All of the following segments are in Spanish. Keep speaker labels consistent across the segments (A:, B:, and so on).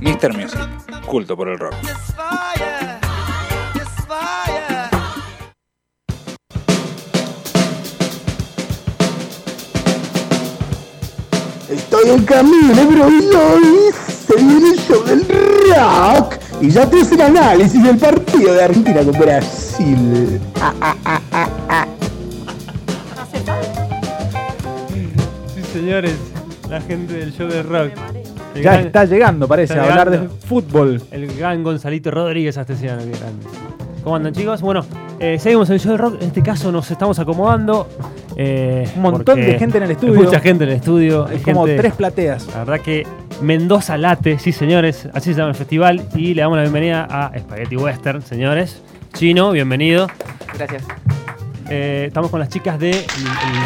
A: Enter Music, culto por el rock.
B: Estoy en camino, bro, y hoy se viene el show del rock. Y ya te hice el análisis del partido de Argentina con Brasil. Ah, ah, ah, ah, ah.
C: Sí, señores, la gente del show de rock. El
D: Ya
C: gran-
D: está llegando, parece,
C: Está
D: a hablar de
C: llegando.
D: fútbol.
C: El gran Gonzalito Rodríguez Astesiano, qué grande. ¿Cómo andan, chicos? Bueno, eh, seguimos en el show de rock. En este caso nos estamos acomodando. eh,
D: Un montón de
C: porque
D: gente en el
C: hay
D: estudio.
C: Mucha gente en el estudio. hay
D: Es como
C: gente-
D: tres plateas.
C: La verdad que Mendoza late, sí, señores. Así se llama el festival. Y le damos la bienvenida a Spaghetti Western, señores. Chino, bienvenido.
E: Gracias.
C: Eh, estamos con las chicas de l-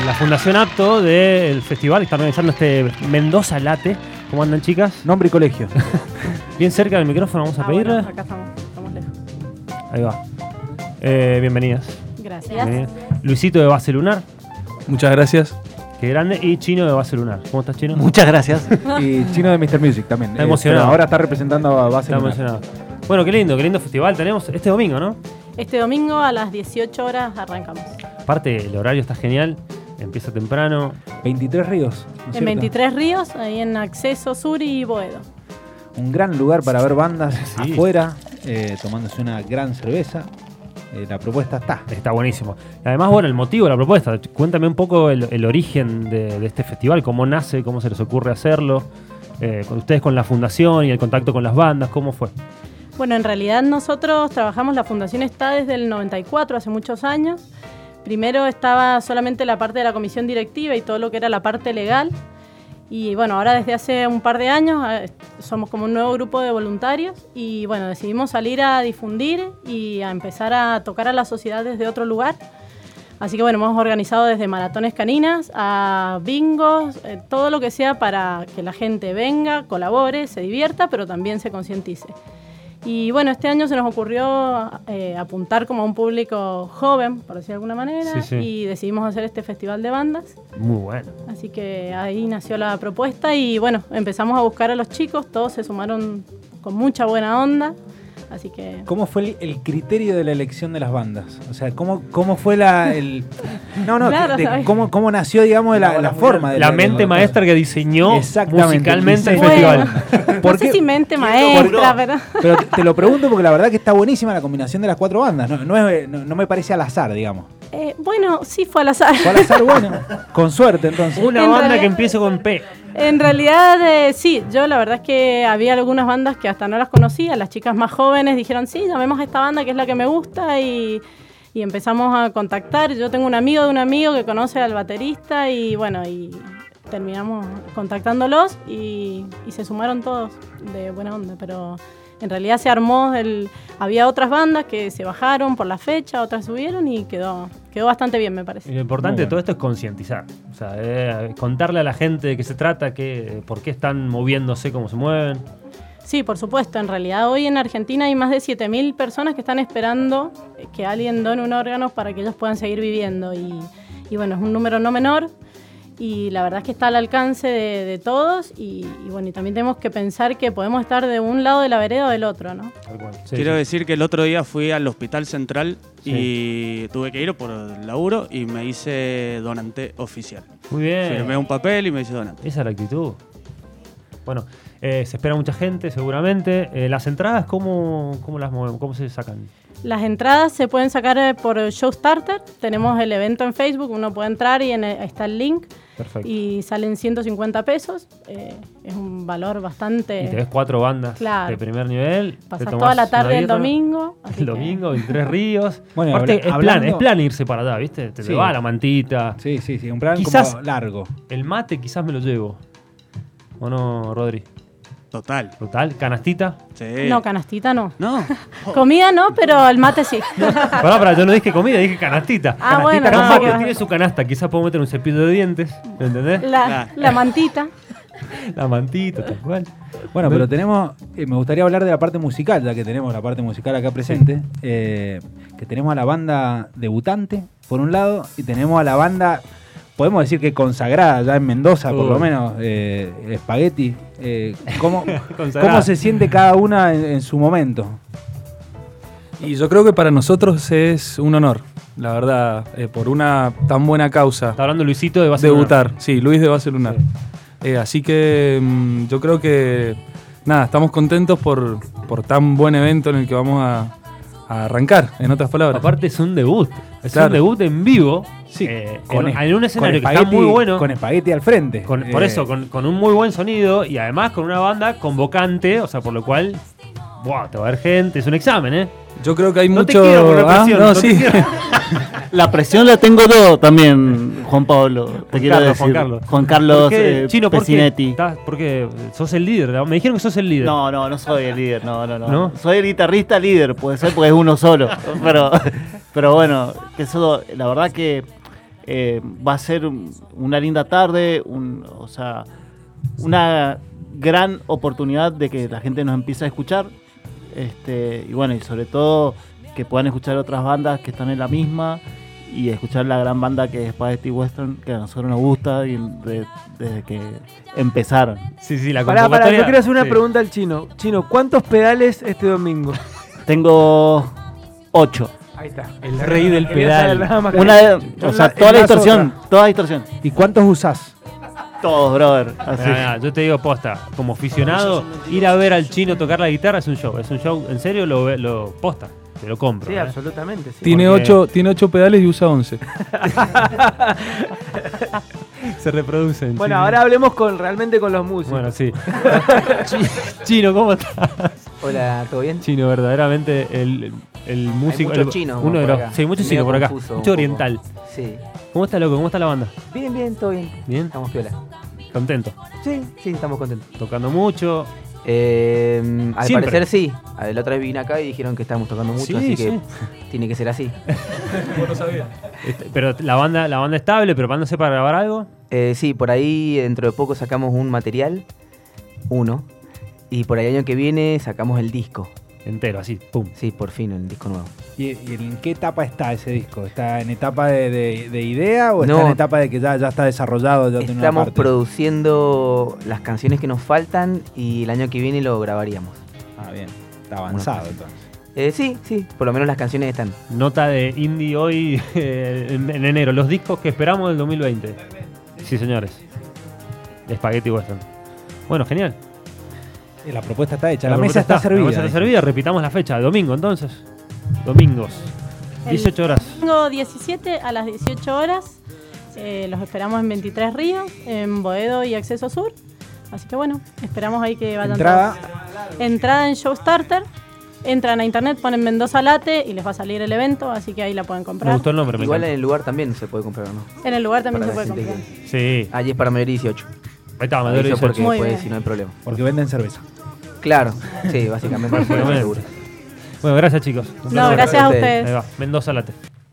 C: la Fundación Apto del festival. Están organizando este Mendoza Late. ¿Cómo andan, chicas?
D: Nombre y colegio.
C: Bien cerca del micrófono, vamos a
F: Ah,
C: pedirle.
F: bueno, acá estamos, estamos lejos.
C: Ahí va. Eh, bienvenidas.
F: Gracias.
C: Bienvenidas. Luisito de Base Lunar,
G: Muchas gracias.
C: que grande. Y Chino de Base Lunar. ¿Cómo estás, Chino?
G: Muchas gracias.
D: Y chino de Mr. Music también.
C: Está
D: Eh,
C: emocionado.
D: pero ahora está representando a Base.
C: Está emocionado. Bueno, qué lindo, qué lindo festival tenemos este domingo, ¿no?
F: Este domingo a las 18 horas arrancamos.
C: Aparte, el horario está genial. Empieza temprano.
D: 23 ríos. ¿no es
F: en
D: cierto?
F: 23 Ríos, ahí en Acceso Sur y Boedo.
D: Un gran lugar para ver bandas
C: Sí.
D: afuera, eh, tomándose una gran cerveza. Eh, la propuesta está.
C: Está buenísimo. Y Además, bueno, el motivo, la propuesta. Cuéntame un poco el, el origen de, de este festival, cómo nace, cómo se les ocurre hacerlo. Eh, con ustedes con la fundación y el contacto con las bandas, ¿cómo fue?
F: Bueno, en realidad nosotros trabajamos, la fundación está desde el 94, hace muchos años. Primero estaba solamente la parte de la comisión directiva y todo lo que era la parte legal. Y bueno, ahora desde hace un par de años eh, somos como un nuevo grupo de voluntarios y bueno, decidimos salir a difundir y a empezar a tocar a la sociedad desde otro lugar. Así que bueno, hemos organizado desde maratones caninas a bingos, eh, todo lo que sea para que la gente venga, colabore, se divierta, pero también se concientice. Y bueno, este año se nos ocurrió eh, apuntar como a un público joven, por decir de alguna manera,
C: Sí, sí.
F: y decidimos hacer este festival de bandas.
C: Muy bueno.
F: Así que ahí nació la propuesta y bueno, empezamos a buscar a los chicos, todos se sumaron con mucha buena onda, así que
D: ¿Cómo fue el, el criterio de la elección de las bandas? O sea, ¿cómo, cómo fue la. El, no, no,
F: Claro,
D: de- de
F: sabes.
D: cómo, cómo nació, digamos, la, la forma de
C: La mente maestra que diseñó
D: Exactamente,
C: musicalmente el
D: diseño.
C: festival.
D: ¿Por
F: no sé
D: qué?
F: si mente maestra, pero
D: Pero te, te lo pregunto porque la verdad que está buenísima la combinación de las cuatro bandas. No, no, es- eh, no- no me parece al azar, digamos.
F: eh, bueno, sí fue al azar.
D: Fue al azar, bueno. Con suerte, entonces.
C: Una
F: En
C: banda
F: realidad-
C: que empieza con P.
F: En realidad, eh, sí, yo la verdad es que había algunas bandas que hasta no las conocía, las chicas más jóvenes dijeron, sí, llamemos a esta banda que es la que me gusta y, y empezamos a contactar. Yo tengo un amigo de un amigo que conoce al baterista y bueno, y terminamos contactándolos y, y se sumaron todos de buena onda, pero en realidad se armó, el, había otras bandas que se bajaron por la fecha, otras subieron y quedó, quedó bastante bien, me
C: Y
F: parece.
C: lo importante
D: Muy
C: de todo esto es concientizar. O sea, eh, contarle a la gente de qué se trata, qué, por qué están moviéndose, cómo se mueven.
F: Sí, por supuesto. En realidad hoy en Argentina hay más de 7.000 personas que están esperando eh, que alguien done un órgano para que ellos puedan seguir viviendo. Y, y bueno, es un número no menor y la verdad es que está al alcance de, de todos y, y bueno, y también tenemos que pensar que podemos estar de un lado de la vereda o del otro, ¿no?
C: Tal cual. Sí,
H: Quiero
C: sí.
H: decir que el otro día fui al hospital central y tuve que ir por el laburo y me hice donante oficial.
C: Muy bien.
H: Firmé un papel y me hice donante.
C: Esa es la actitud. Bueno, eh, se espera mucha gente, seguramente. Eh, las entradas, ¿cómo, cómo las movemos? ¿Cómo se sacan?
F: Las entradas se pueden sacar eh, por Showstarter. Tenemos el evento en Facebook, uno puede entrar y en el- ahí está el link
C: Perfecto. Y,
F: y salen 150 pesos. Eh, es un valor bastante...
C: te ves cuatro bandas
F: eh, Claro.
C: de primer nivel. te
F: Pasas
C: tomás
F: toda la
C: una
F: tarde el
C: birra,
F: domingo. así que-
C: El domingo, en Tres Ríos.
D: Bueno,
C: Aparte,
D: habla-
C: es, plan,
D: hablando-
C: es plan irse para allá, ¿viste? Te
D: Sí.
C: va la mantita.
D: Sí, sí, sí. Un plan
C: Quizás-
D: como largo.
C: El mate quizás me lo llevo. ¿O no, Rodri?
H: Total.
C: Total, canastita.
H: Sí.
F: No, canastita no.
H: No. Oh,
F: Comida no, pero el mate sí.
C: Pará, pará, yo no dije comida, dije canastita. canastita
F: Ah, bueno,
C: con
F: no,
C: mate.
F: bueno.
C: Tiene su canasta, quizás puedo meter un cepillo de dientes, ¿me entendés?
F: La, la mantita.
C: La mantita, tal cual.
D: Bueno, pero tenemos. eh, me gustaría hablar de la parte musical, ya que tenemos la parte musical acá presente. eh, que tenemos a la banda debutante, por un lado, y tenemos a la banda podemos decir que consagrada ya en Mendoza, por
C: Uh.
D: lo menos, eh, espagueti. eh, ¿cómo,
C: Consagrada.
D: ¿Cómo se siente cada una en, en su momento?
E: Y yo creo que para nosotros es un honor, la verdad, eh, por una tan buena causa.
C: Está hablando Luisito de Barcelona.
E: Debutar, sí, Luis de Base Lunar. Eh, así que mm, yo creo que, nada, estamos contentos por, por tan buen evento en el que vamos a, a arrancar, en otras palabras.
C: Aparte es un debut. Es
E: Claro.
C: un debut en vivo.
D: Sí,
C: eh,
D: con
C: en,
D: es-
C: en un
D: con
C: escenario que está
D: espagueti-
C: muy bueno.
D: Con espagueti al frente.
C: con- por
D: Eh,
C: eso, con, con un muy buen sonido y además con una banda convocante, o sea, por lo cual. Buah, te va a haber gente. Es un examen, ¿eh?
E: Yo creo que hay
C: No te
E: mucho.
C: quiero poner
E: Ah,
C: presión,
E: no,
C: no te
E: sí.
C: quiero.
G: La presión la tengo yo también, Juan Pablo. Te quiero
C: Carlos,
G: decir.
C: Juan Carlos.
G: Juan Carlos
C: ¿Por qué,
G: eh,
C: Chino, ¿por qué,
G: Pesinetti.
C: estás- por qué sos el líder? ¿no? Me dijeron que sos el líder.
G: No, no, no soy el líder, no, no, no.
C: ¿No?
G: Soy el guitarrista líder, puede ser porque es uno solo. Pero, pero bueno, que eso, la verdad que eh, va a ser un- una linda tarde, un- o sea, una gran oportunidad de que la gente nos empiece a escuchar. Este, y bueno, y sobre todo que puedan escuchar otras bandas que están en la misma y escuchar la gran banda que es Spaghetti Western, que a nosotros nos gusta y de- desde que empezaron.
C: Sí, sí, la
I: Pará, pará,
C: convocatoria-
I: yo quiero hacer una
C: sí.
I: pregunta al chino. Chino, ¿cuántos pedales este domingo?
G: Tengo ocho.
I: Ahí está.
D: El rey del
I: Quería saber
D: pedal.
I: nada más que-
G: Una, o
D: la-
G: sea, toda
D: en
G: la
D: la
G: distorsión, toda la distorsión.
D: ¿Y cuántos usás?
G: Todos, brother. Así.
C: Mirá, mirá, yo te digo posta, como aficionado, ir a ver al chino tocar la guitarra es un show, es un show, en serio lo, ve- lo posta, te lo compro.
I: Sí,
C: ¿eh?
I: absolutamente. sí.
E: Tiene,
C: Porque-
E: ocho, tiene ocho pedales y usa 11.
C: Se reproducen.
I: Bueno,
C: sí.
I: ahora hablemos con realmente con los músicos.
C: Bueno, sí. Chi- chino, ¿cómo estás?
J: Hola, ¿todo bien?
C: Chino, verdaderamente el, el músico.
J: mucho
C: el-
J: chino
C: uno
J: por
C: de los,
J: acá.
C: Sí, mucho
J: Medio
C: chino por acá.
J: confuso un
C: Mucho
J: poco.
C: oriental.
J: Sí.
C: ¿Cómo está loco? ¿Cómo está la banda?
J: Bien, bien, todo bien.
C: Bien,
J: Estamos piola.
C: contento.
J: Sí, sí, estamos contentos.
C: Tocando mucho.
J: Eh, al
C: Siempre.
J: parecer sí. A- La otra vez vine acá y dijeron que estábamos tocando mucho,
C: Sí,
J: así que
C: sí.
J: tiene que ser así.
C: Este, Pero la banda, la banda estable, preparándose para grabar algo.
J: Eh, sí, por ahí dentro de poco sacamos un material, uno. Y por ahí el año que viene sacamos el disco.
C: Entero, así, pum.
J: Sí, por fin, el disco nuevo.
D: ¿Y, y en qué etapa está ese disco? ¿Está en etapa de, de- de idea o está
J: No.
D: en etapa de que ya, ya está desarrollado? Ya tiene una
J: Estamos
D: parte?
J: produciendo las canciones que nos faltan y el año que viene lo grabaríamos.
D: Ah, bien. Está avanzado entonces.
J: Eh, sí, sí, por lo menos las canciones están.
C: Nota de indie hoy eh, en, en enero. Los discos que esperamos del 2020. Sí, señores. Spaghetti Western. Bueno, genial.
D: Eh, La propuesta está hecha, la,
C: propuesta
D: mesa está, servida.
C: La mesa está
D: dice.
C: servida. Repitamos la fecha. Domingo, entonces. Domingos.
F: El-
C: 18 horas.
F: Domingo 17 a las 18 horas. Eh, los esperamos en 23 Ríos, en Boedo y Acceso Sur. Así que bueno, esperamos ahí que vayan
D: Entrada,
F: todos. Entrada en Showstarter. Entran a internet, ponen Mendoza Late y les va a salir el evento, así que ahí la pueden
C: Me
F: comprar.
C: gustó el nombre. Me
J: Igual en
C: encanta.
J: el lugar también se puede comprar, ¿o ¿no?
F: En el lugar también
J: Para
F: se
J: la
F: puede
J: gente
F: comprar.
J: que-
C: Sí.
J: Allí es para mayor de 18.
C: Ahí está, Madero
J: Aviso
C: dice-
J: porque
F: Muy
J: después
F: bien.
J: si no hay problema.
D: porque venden cerveza.
J: Claro, sí, básicamente.
C: Bueno,
J: seguro.
C: Bueno, gracias chicos.
F: No, gracias a ustedes.
C: Ahí va, Mendoza Late.